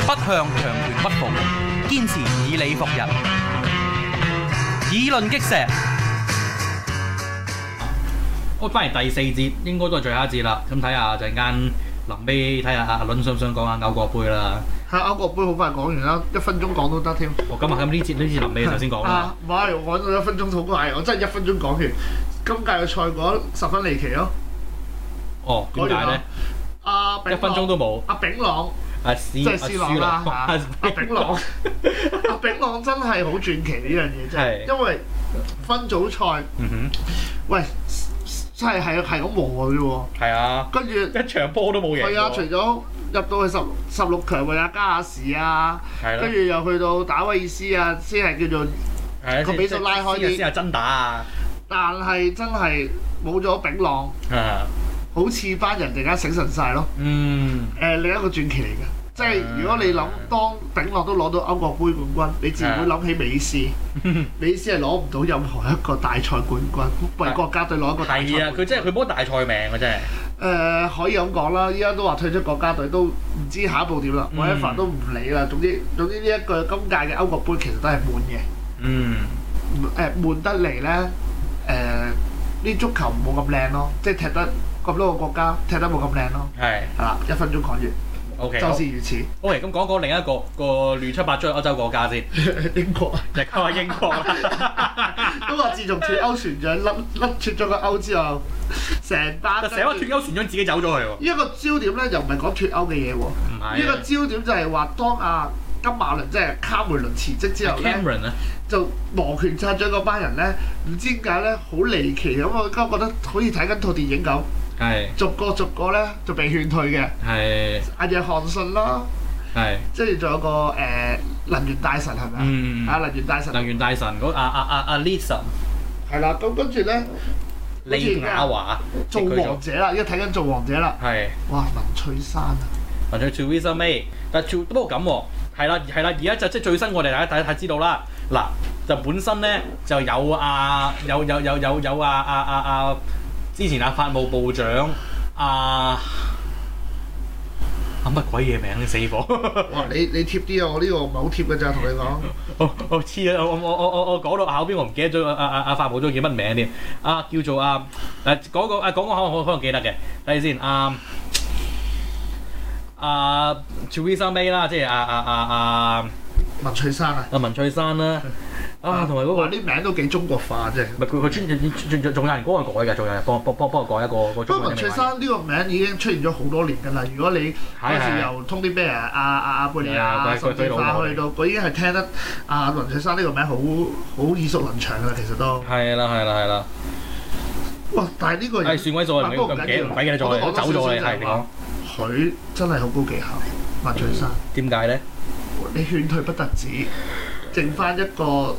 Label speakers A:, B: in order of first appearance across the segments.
A: 向強權屈服，堅持以理服人，以論擊石。我翻嚟第四節，應該都係最後一節啦。咁睇下陣間臨尾睇下阿倫想唔想講下歐國杯啦。
B: 係歐國杯好快講完啦，一分鐘講都得添。
A: 我今日咁呢節呢節臨尾就先講啦
B: 啊。，唔係，我揾到一分鐘好快，我真係一分鐘講完。今屆嘅賽果十分離奇咯。
A: 哦，點解咧？
B: 阿炳
A: 一分鐘
B: 朗
A: 都冇。
B: 阿炳 朗
A: 阿斯
B: 啊即係斯朗啦嚇，
A: 阿
B: 阿
A: 斯
B: 炳朗阿炳朗真係好傳奇呢樣嘢真係，
A: 係
B: 因為分組賽
A: 嗯
B: 喂真係係係咁和嘅啫喎，
A: 哼，係啊，
B: 跟住
A: 一場波都冇贏過。
B: 係啊，除咗入到去十十六強為阿加亞士啊，
A: 係啦
B: 跟住又去到打威爾斯啊，先係叫做，
A: 係啊
B: 個比數拉開啲
A: 先係真打啊！
B: 但係真係冇咗炳朗，
A: 啊，
B: 好似班人突然間醒神晒咯。
A: 嗯，
B: 誒、另一個傳奇嚟嘅，即
A: 啊
B: 係如果你諗當炳樂都攞到歐國杯冠軍，你自
A: 啊
B: 然會諗起美斯。 美斯係攞唔到任何一個大賽冠軍，為
A: 係
B: 國家隊攞一個大賽
A: 係啊，
B: 冠軍。
A: 佢真係佢幫大賽命啊，真係。
B: 誒、可以咁講啦，依家都話退出國家隊，都唔知下一步點啦。
A: 嗯
B: 我一凡都唔理啦。總之總之呢一個今屆嘅歐國杯其實都係悶嘅，
A: 嗯，
B: 唔誒、悶得嚟呢，誒、啲足球冇咁靚咯，即係踢得咁多個國家踢得冇咁靚咯。
A: 係。
B: 係啦，一分鐘講完，
A: OK。
B: 就是如此。
A: O K，咁講講另一個個亂七八糟嘅歐洲國家先，
B: 英國。
A: 就講下英國啦。
B: 都啊話自從脱歐船長甩甩脱咗個歐之後，成 班
A: 就成班脱歐船長自己走咗去喎。
B: 呢一個焦點咧，又唔係講脱歐嘅嘢喎。
A: 唔係啊。
B: 呢個焦點就係話，當阿金馬倫即係卡梅倫辭職之後咧，
A: Cameron 啊，
B: 就摩拳擦掌嗰班人咧，唔知點解咧好離奇咁，我而家覺得好似睇緊套電影咁，
A: 係
B: 逐個逐個咧就被勸退嘅。
A: 係
B: 阿約翰遜啦，
A: 係，
B: 即係仲有個誒、能源大臣係咪啊？
A: 嗯
B: 啊能源大臣
A: 能源大臣嗰啊阿阿阿阿 Lisa
B: 係啦，咁跟住咧
A: 李雅華
B: 做
A: 佢
B: 王者啦，而家睇緊做王者啦。
A: 係。
B: 哇！文翠珊啊，
A: 或者 to Visa May，但 to 不過咁喎，係啦係啦，而家就即係最新我哋大家睇睇知道啦，嗱就本身咧就有啊有有有有有啊啊啊啊之前啊法務部長啊啊乜鬼嘢名死火，
B: 哇！你你貼啲啊，我呢個唔係好貼嘅咋，同你講。
A: 我我黐啦，我我我我我講到口邊我唔記得咗啊啊啊法務部長叫乜名添，啊叫做啊誒講個啊講個可能可能記得嘅，睇下先啊。啊 t e r e s a May 啦，即係啊啊啊啊
B: 文翠珊啊，
A: 阿文翠珊啦，啊，同埋嗰個
B: 哇！啲名都幾中國化啫。
A: 唔係佢佢專仲仲有人幫佢改嘅，仲有人幫幫幫幫佢改一個個
B: 不過
A: 中
B: 文
A: 文嘅
B: 翠
A: 名
B: 珊呢個名已經出現咗好多年㗎啦。如果你
A: 係
B: 嗰
A: 係
B: 時由 Tony Blair 啊啊啊貝利
A: 係啊佢
B: 亞
A: 佢
B: 甚至
A: 佢老母
B: 化去到，我已經係聽得啊文翠珊呢個名好好耳熟能詳㗎啦。其實都
A: 係啦係啦係啦，
B: 哇！但係呢個
A: 係
B: 人
A: 算鬼數啊，唔
B: 啊
A: 記
B: 不過
A: 唔記得
B: 緊要
A: 唔記得咗
B: 我
A: 佢
B: 都
A: 走
B: 講
A: 咗
B: 多
A: 你
B: 少少
A: 係
B: 就
A: 你
B: 係
A: 講
B: 話佢真係好高技巧，文翠珊。
A: 點解咧？
B: 你勸退不特止，剩翻一個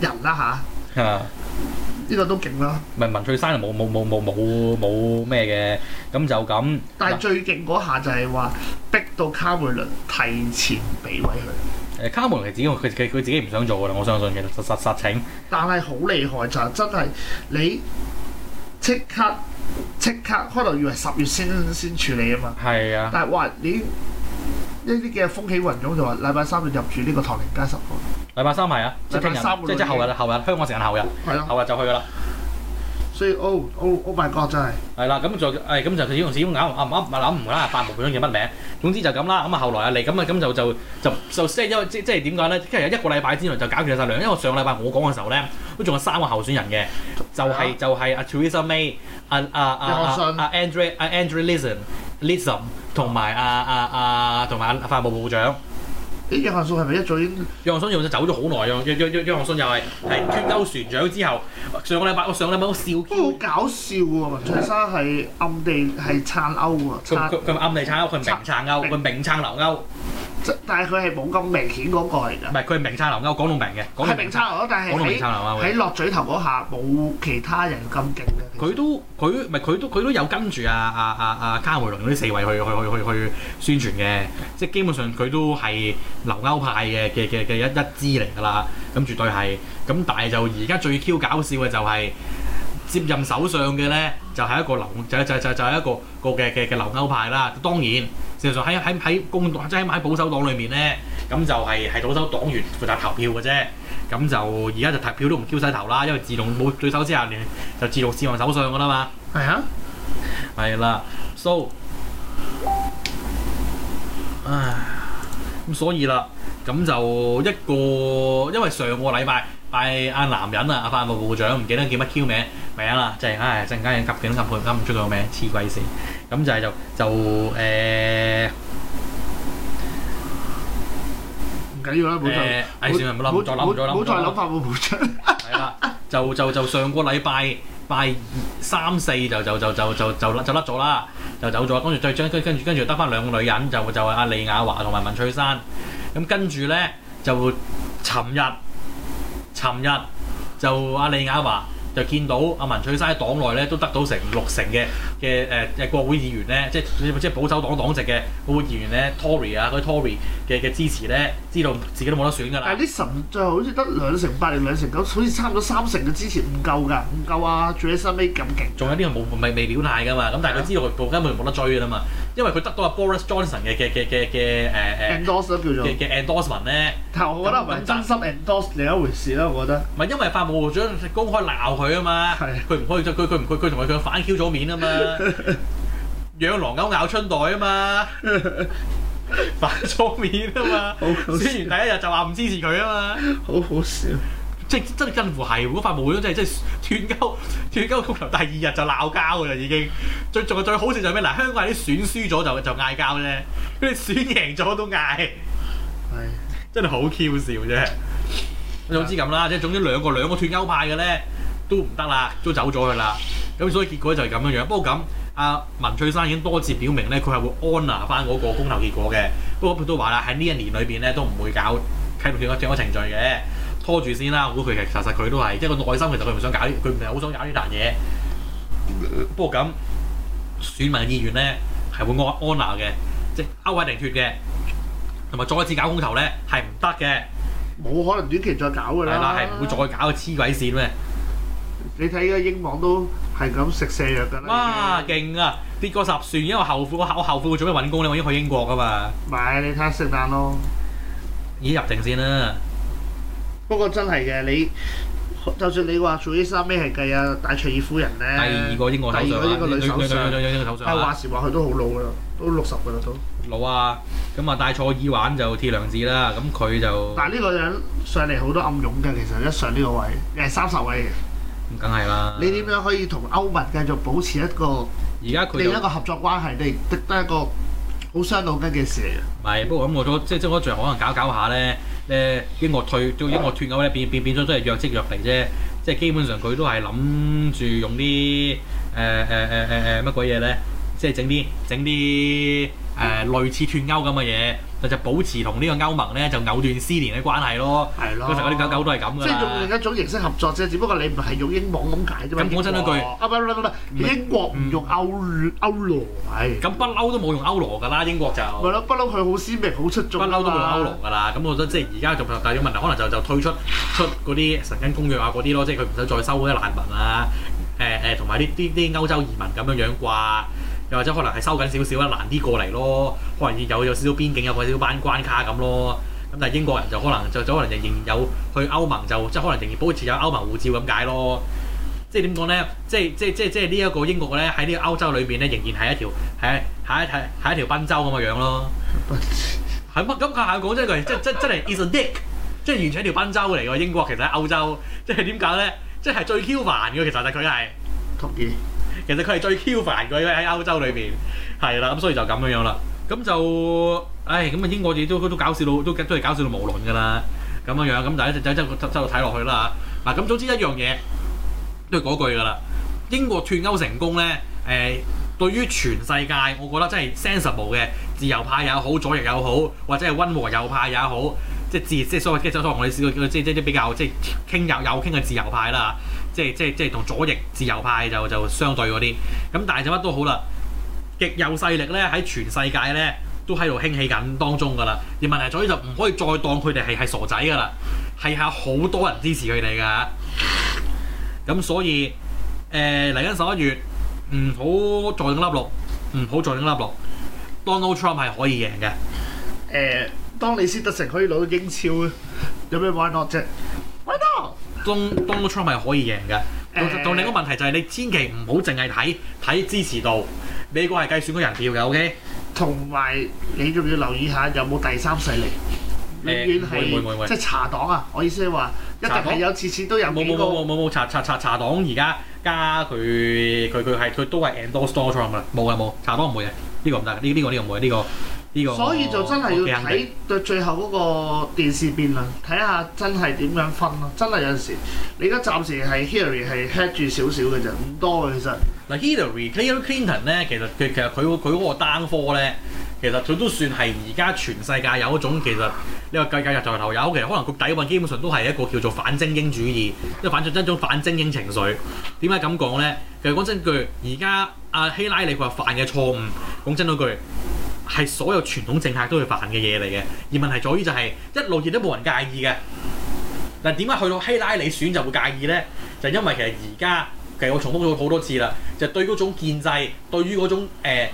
B: 人啦
A: 啊！
B: 吓，呢個都勁啦。
A: 唔係文翠珊就冇冇冇冇冇冇咩嘅，咁就咁。
B: 但係最勁嗰下就係話逼到卡梅倫提前俾位佢，
A: 誒卡門係自己佢佢佢自己唔想做㗎啦，我相信其實實實實情
B: 但係好厲害就係真係你即刻即刻開頭以為十月先先處理啊嘛，
A: 係啊，
B: 但係哇你呢啲嘅風起雲湧就話禮拜三就入住呢個唐寧街十號，
A: 禮拜三係啊，即係聽日
B: 禮拜三，㗎
A: 即係即係後日後日香港時間後日
B: 係咯，
A: 後日就去㗎啦。
B: 所以 oh oh oh my god 真係
A: 係啦，咁就誒咁就佢始終始終啱唔啱唔啱唔啦，法務部長叫乜名？總之就咁啦。咁啊後來啊嚟咁啊咁就就就就即係因為即即係點解咧？即係一個禮拜之內就搞掂晒兩，因為上禮拜我講嘅時候咧，都仲有三個候選人嘅，就係、
B: 係啊
A: 就係阿 à, Theresa May、阿 à, 阿阿
B: 約
A: 阿
B: 翰遜
A: 阿 à, Andre 阿 Andre Lisson、Lisson 同埋阿阿阿同埋法務部長。
B: 啲約翰遜係咪一早已經
A: 約翰遜又走咗好耐，約約約約翰遜又係係脱歐船長之後，上個禮拜我上個禮拜我笑 Q
B: 不過好搞笑喎，文翠珊係暗地係撐歐喎，
A: 佢
B: 撐
A: 佢佢暗地撐歐，佢明撐歐，佢明撐留歐。
B: 即但係佢係冇咁明顯嗰個嚟㗎
A: 唔。係佢係明撐留歐，講到明嘅，講到
B: 係明差流咯，但係
A: 講到明啊
B: 喺
A: 撐流歐嘅
B: 喺落嘴頭嗰下冇其他人咁勁嘅。
A: 佢都佢唔係佢都佢都有跟住啊啊啊啊卡梅倫嗰啲四位去去去去去宣傳嘅，即係基本上佢都係留歐派嘅嘅嘅嘅一一支嚟㗎啦，咁絕對係。咁但係就而家最 Q 搞笑嘅就係、接任首相嘅咧，就係、一個留就就就就係一個個嘅嘅嘅留歐派啦。當然事實上喺喺喺工黨即係喺保守黨裏面咧，咁就係係保守黨員負責投票嘅啫。咁就而家就投票都唔挑晒頭啦，因為自動冇對手之下，你就自動自行首相噶啦嘛。
B: 係啊，
A: 係啦，so，唉，咁所以啦，咁就一個，因為上個禮拜嗌阿男人啊，阿法務部長唔記得叫乜 Q 名名啦，即係唉陣間急嘅都急佢，急唔出佢個名，黐鬼線。咁就係就就誒誒、
B: 唔緊要啦，冇再。
A: 唉算啦，唔好諗，唔再諗，唔再諗，
B: 冇
A: 唔再
B: 再諗
A: 諗，
B: 法 冇冇出。
A: 係啦，就就就上個禮拜拜三四就就就就就就就甩咗啦，就走咗，跟住再將跟跟住跟住得翻兩個女人，就就係阿李雅華同埋文翠珊，咁跟住咧就尋日尋日就阿李雅華。就見到阿文翠珊喺黨內咧都得到成六成嘅嘅誒誒國會議員咧，即係即係保守黨黨籍嘅國會議員咧，Tory 啊嗰啲 Tory 嘅嘅支持咧，知道自己都冇得選㗎啦。
B: 但係啲神最後好似得兩成八定兩成九，好似差唔多三成嘅支持唔夠㗎，唔夠啊！最起身尾咁勁。
A: 仲有啲人冇未未表態噶嘛，咁但係佢知道佢根本冇得追噶啦嘛，因為佢得到阿 Boris Johnson 嘅嘅嘅嘅嘅誒
B: endorse 都叫
A: 誒
B: 做，
A: 嘅嘅 endorsement 咧，
B: 但係我覺得唔係真心 endorse 另一回事啦，我覺得。
A: 唔係因為法務部長公開鬧佢啊嘛，
B: 係
A: 佢唔可以佢佢佢唔佢佢同佢佢反 Q 咗面啊 嘛，養狼狗咬春袋啊嘛，反咗面啊
B: 好
A: 嘛，
B: 好笑
A: 宣完第一日就話唔支持佢啊嘛。
B: 好好笑。
A: 即係真係近乎係，如果法務會都真係即係斷鳩 斷鳩公投，第二日就鬧交㗎啦已經。最仲係最好笑就係咩？嗱，香港人啲選輸咗就就嗌交啫，佢哋選贏咗都嗌，
B: 係。
A: 真係好 Q 笑啫。總之咁啦，即係總之兩個兩個斷鳩派嘅咧都唔得啦，都走咗佢啦。咁所以結果就係咁樣樣。不過咁，阿、文翠珊已經多次表明咧，佢係會安拿翻嗰個公投結果嘅。不過佢都話啦，喺呢一年裏邊咧都唔會搞啟動斷咗程序嘅。拖住先啦。我估佢其實實佢都係，即係個內心其實佢唔想搞，佢唔係好想搞呢壇嘢。不過咁選民嘅意願咧係會安安娜嘅，即係勾位定脱嘅，同埋再次搞公投咧係唔得嘅，
B: 冇可能短期再搞
A: 係
B: 㗎啦。
A: 啦，係唔會再搞嘅黐鬼線咩？
B: 你睇嘅英網都係咁食瀉藥㗎啦。
A: 哇，勁啊！跌過十船，因為後悔我後我後悔我做咩揾工咧，我已經去英國噶嘛，
B: 已經！咪你睇下聖誕咯。
A: 已經入定先啦。
B: 不過真係嘅，你就算你話做啲衫咩係計啊，戴卓爾夫人咧，
A: 第二個英國首
B: 第二
A: 相
B: 個
A: 啊，
B: 英國女首相，
A: 女女女首相
B: 係話
A: 啊，
B: 時話佢都好老㗎啦，都六十㗎啦都。
A: 老啊，咁啊戴錯耳環就鐵娘子啦，咁佢就
B: 但係呢個人上嚟好多暗湧嘅，其實一上呢個位，你係三十位嘅，
A: 咁梗係啦。
B: 你點樣可以同歐盟繼續保持一個
A: 而家佢
B: 另
A: 就
B: 一個合作關係？你得得一個好傷腦筋嘅事嚟嘅。
A: 唔係，不過咁我都即即我最後可能搞搞下咧，誒英國退到英國脱歐咧，變變變咗都係弱即弱嚟啫，即係基本上佢都係諗住用啲呃誒誒誒誒誒乜鬼嘢咧，即係整啲整啲誒類似脱歐咁嘅嘢，就就保持同呢個歐盟咧就藕斷絲連嘅關係咯。
B: 係咯，
A: 嗰時嗰啲狗狗都係咁噶
B: 即係用
A: 啦。
B: 另一種形式合作啫，只不過你唔係用英鎊咁解啫嘛。
A: 咁講真
B: 英
A: 一句
B: 國啊唔係唔係唔係
A: 唔係
B: 英國唔用歐歐羅，係
A: 咁不嬲都冇用歐羅㗎啦，英國就
B: 咪咯，不嬲佢好鮮明、好出
A: 不
B: 眾㗎嘛
A: 嬲都冇用歐羅㗎啦。咁我覺得即係而家仲但係個問題，可能就就退出出嗰啲神根公約啊嗰啲咯，即係佢唔使再收嗰啲難民啊，誒誒同埋啲啲啲歐洲移民咁樣樣啩。又或者可能係收緊少少啦，難啲過嚟咯。可能有有少少邊境有個少少關關卡咁咯。咁但係英國人就可能就就可能仍然有去歐盟就即係可能仍然保持有歐盟護照咁解咯。即係點講咧？即係即係即係即係呢一個英國咧喺呢個歐洲裏邊咧，仍然係一條係係一係係一條賓州咁嘅樣咯。係乜咁下講真句，即即真係 is a dick，即係完全一條賓州嚟喎。英國其實喺歐洲，即係點解咧？即係最 Q 煩嘅，其實就佢係，
B: 同意。
A: 其實佢係最 Q 煩嘅喺歐洲裏邊，係啦，咁所以就咁樣樣啦。咁就，唉，咁啊英國嘢都都搞笑到都都係搞笑到無論㗎啦，咁樣樣咁但係一直就就就就睇落去啦嗱咁總之一樣嘢都係嗰句㗎啦。英國脱歐成功咧，誒、對於全世界，我覺得真係 sensible 嘅自由派也好，左翼又好，或者係温和右派也好，即係自即係所謂即係所謂我哋試過即係即係比較即係傾右右傾嘅自由派啦，即係即係即係同左翼自由派就就相對嗰啲，咁但係就乜都好啦，極右勢力咧喺全世界咧都喺度興起緊當中㗎啦，而問題在於就唔可以再當佢哋係係傻仔㗎啦，係下好多人支持佢哋㗎，咁所以。呃誒嚟緊十一月，唔好再整粒六，唔好再整粒六。誒、 Donald Trump 係可以贏嘅。
B: 誒，當李斯特城可以攞到英超咧，有咩 why not 啫？why not？
A: Don- Donald Trump 係可以贏嘅。到
B: 誒
A: 到另一個問題就係你千祈唔好淨係睇睇支持度，美國係計算個人票嘅，OK？
B: 同埋你仲要留意下有冇第三勢力，永遠
A: 誒會會會
B: 係
A: 會
B: 即係查黨啊！我意思係話，一定
A: 查
B: 係
A: 黨
B: 有次次都有
A: 冇
B: 幾
A: 冇冇冇
B: 個
A: 冇冇查查查查黨而家加佢佢佢係佢都係 endorse Donald Trump 啦，冇嘅啊冇查黨唔會嘅，呢個唔得嘅，呢呢個呢個唔會，呢個呢個
B: 所以就真係
A: 我幾
B: 要
A: 肯定
B: 睇到最後嗰個電視辯論，睇下真係點樣分咯。真係有陣時，你而家暫時係 Hillary 係 head 住少少嘅啫，唔多嘅其實。
A: 嗱，Hillary Hillary Clinton 咧，其實佢其實佢佢嗰個單科咧，其實佢都算係而家全世界有一種其實你話計計日頭頭有，其實可能佢底蘊基本上都係一個叫做反精英主義，即係反正一種反精英情緒。點解咁講咧？其實講真句，而家阿希拉里佢話犯嘅錯誤，講真嗰句。係所有傳統政客都會犯嘅嘢嚟嘅，而問題在於就係、一路亦都冇人介意嘅。嗱點解去到希拉里選就會介意咧？就因為其實而家其實我重複咗好多次啦，就對嗰種建制，對於嗰種誒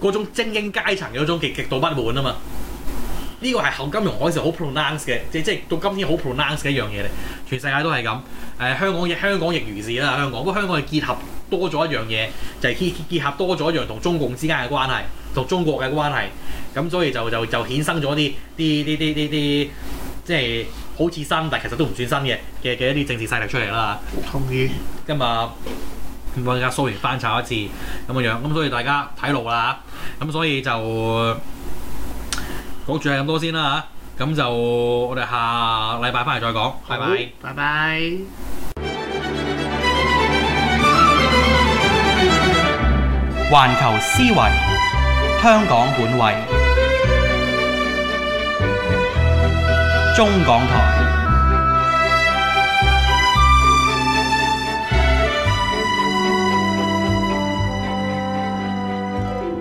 A: 嗰、種精英階層嘅嗰種極極度不滿啊嘛。呢個係後金融海嘯好 pronounce 嘅，即即係到今天好 pronounce 嘅一樣嘢嚟，全世界都係咁。誒、呃香港亦香港亦如是啦，香港不過香港係結合多咗一樣嘢，就係、結結合多咗一樣同中共之間嘅關係，同中國嘅關係，咁所以就就就衍生咗啲啲啲啲啲啲即係好似新，但其實都唔算新嘅嘅嘅一啲政治勢力出嚟啦。啊
B: 同意。
A: 今日揾架啊蘇聯翻炒一次咁嘅樣，咁所以大家睇路啦嚇，咁所以就講住係咁多先啦嚇，咁就我哋下禮拜翻嚟再講，拜
B: 好
A: 拜。
B: 拜拜。
C: 環球思維，香港本位，中港台。